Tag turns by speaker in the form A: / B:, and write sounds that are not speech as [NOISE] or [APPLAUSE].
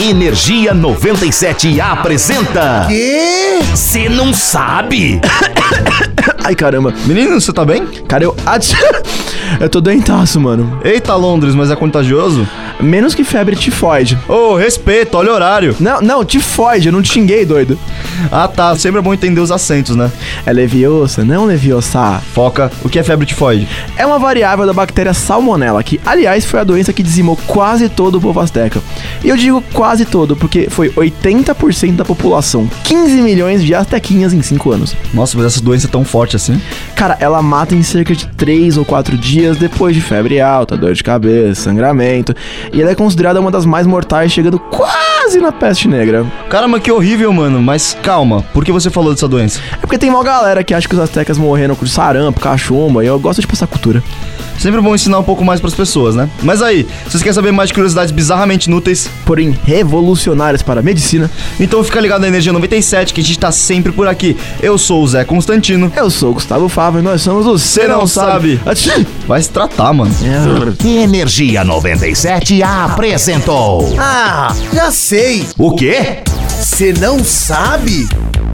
A: Energia 97 apresenta.
B: Quê?
A: Você não sabe?
B: Ai, caramba.
C: Menino, você tá bem?
B: Cara, eu. ati- [LAUGHS] eu tô doentaço, mano.
C: Eita, Londres, mas é contagioso?
B: Menos que febre tifoide.
C: Ô, respeito, olha o horário.
B: Não, não, tifoide, eu não te xinguei, doido.
C: Ah, tá, sempre é bom entender os acentos, né?
B: É leviosa, não leviosa.
C: Foca, o que é febre tifoide?
B: É uma variável da bactéria salmonella, que, aliás, foi a doença que dizimou quase todo o povo asteca. E eu digo quase todo, porque foi 80% da população, 15 milhões de astequinhas em 5 anos.
C: Nossa, mas essa doença é tão forte assim?
B: Cara, ela mata em cerca de 3 ou 4 dias depois de febre alta, dor de cabeça, sangramento, e ela é considerada uma das mais mortais, chegando quase na peste negra.
C: Caramba, que horrível, mano. Mas calma, por que você falou dessa doença?
B: É porque tem uma galera que acha que os astecas morreram com sarampo, cachumba, e eu gosto de passar cultura.
C: Sempre é bom ensinar um pouco mais pras pessoas, né? Mas aí, se vocês querem saber mais de curiosidades bizarramente inúteis,
B: Porém, revolucionárias para a medicina,
C: então fica ligado na Energia 97, que a gente tá sempre por aqui. Eu sou o Zé Constantino.
B: eu sou o Gustavo Fava e nós somos o Cê
C: Não Sabe.
B: Atchim!
C: Vai se tratar, mano.
A: Energia 97 apresentou.
D: Ah, já sei.
A: O quê?
D: Você não sabe?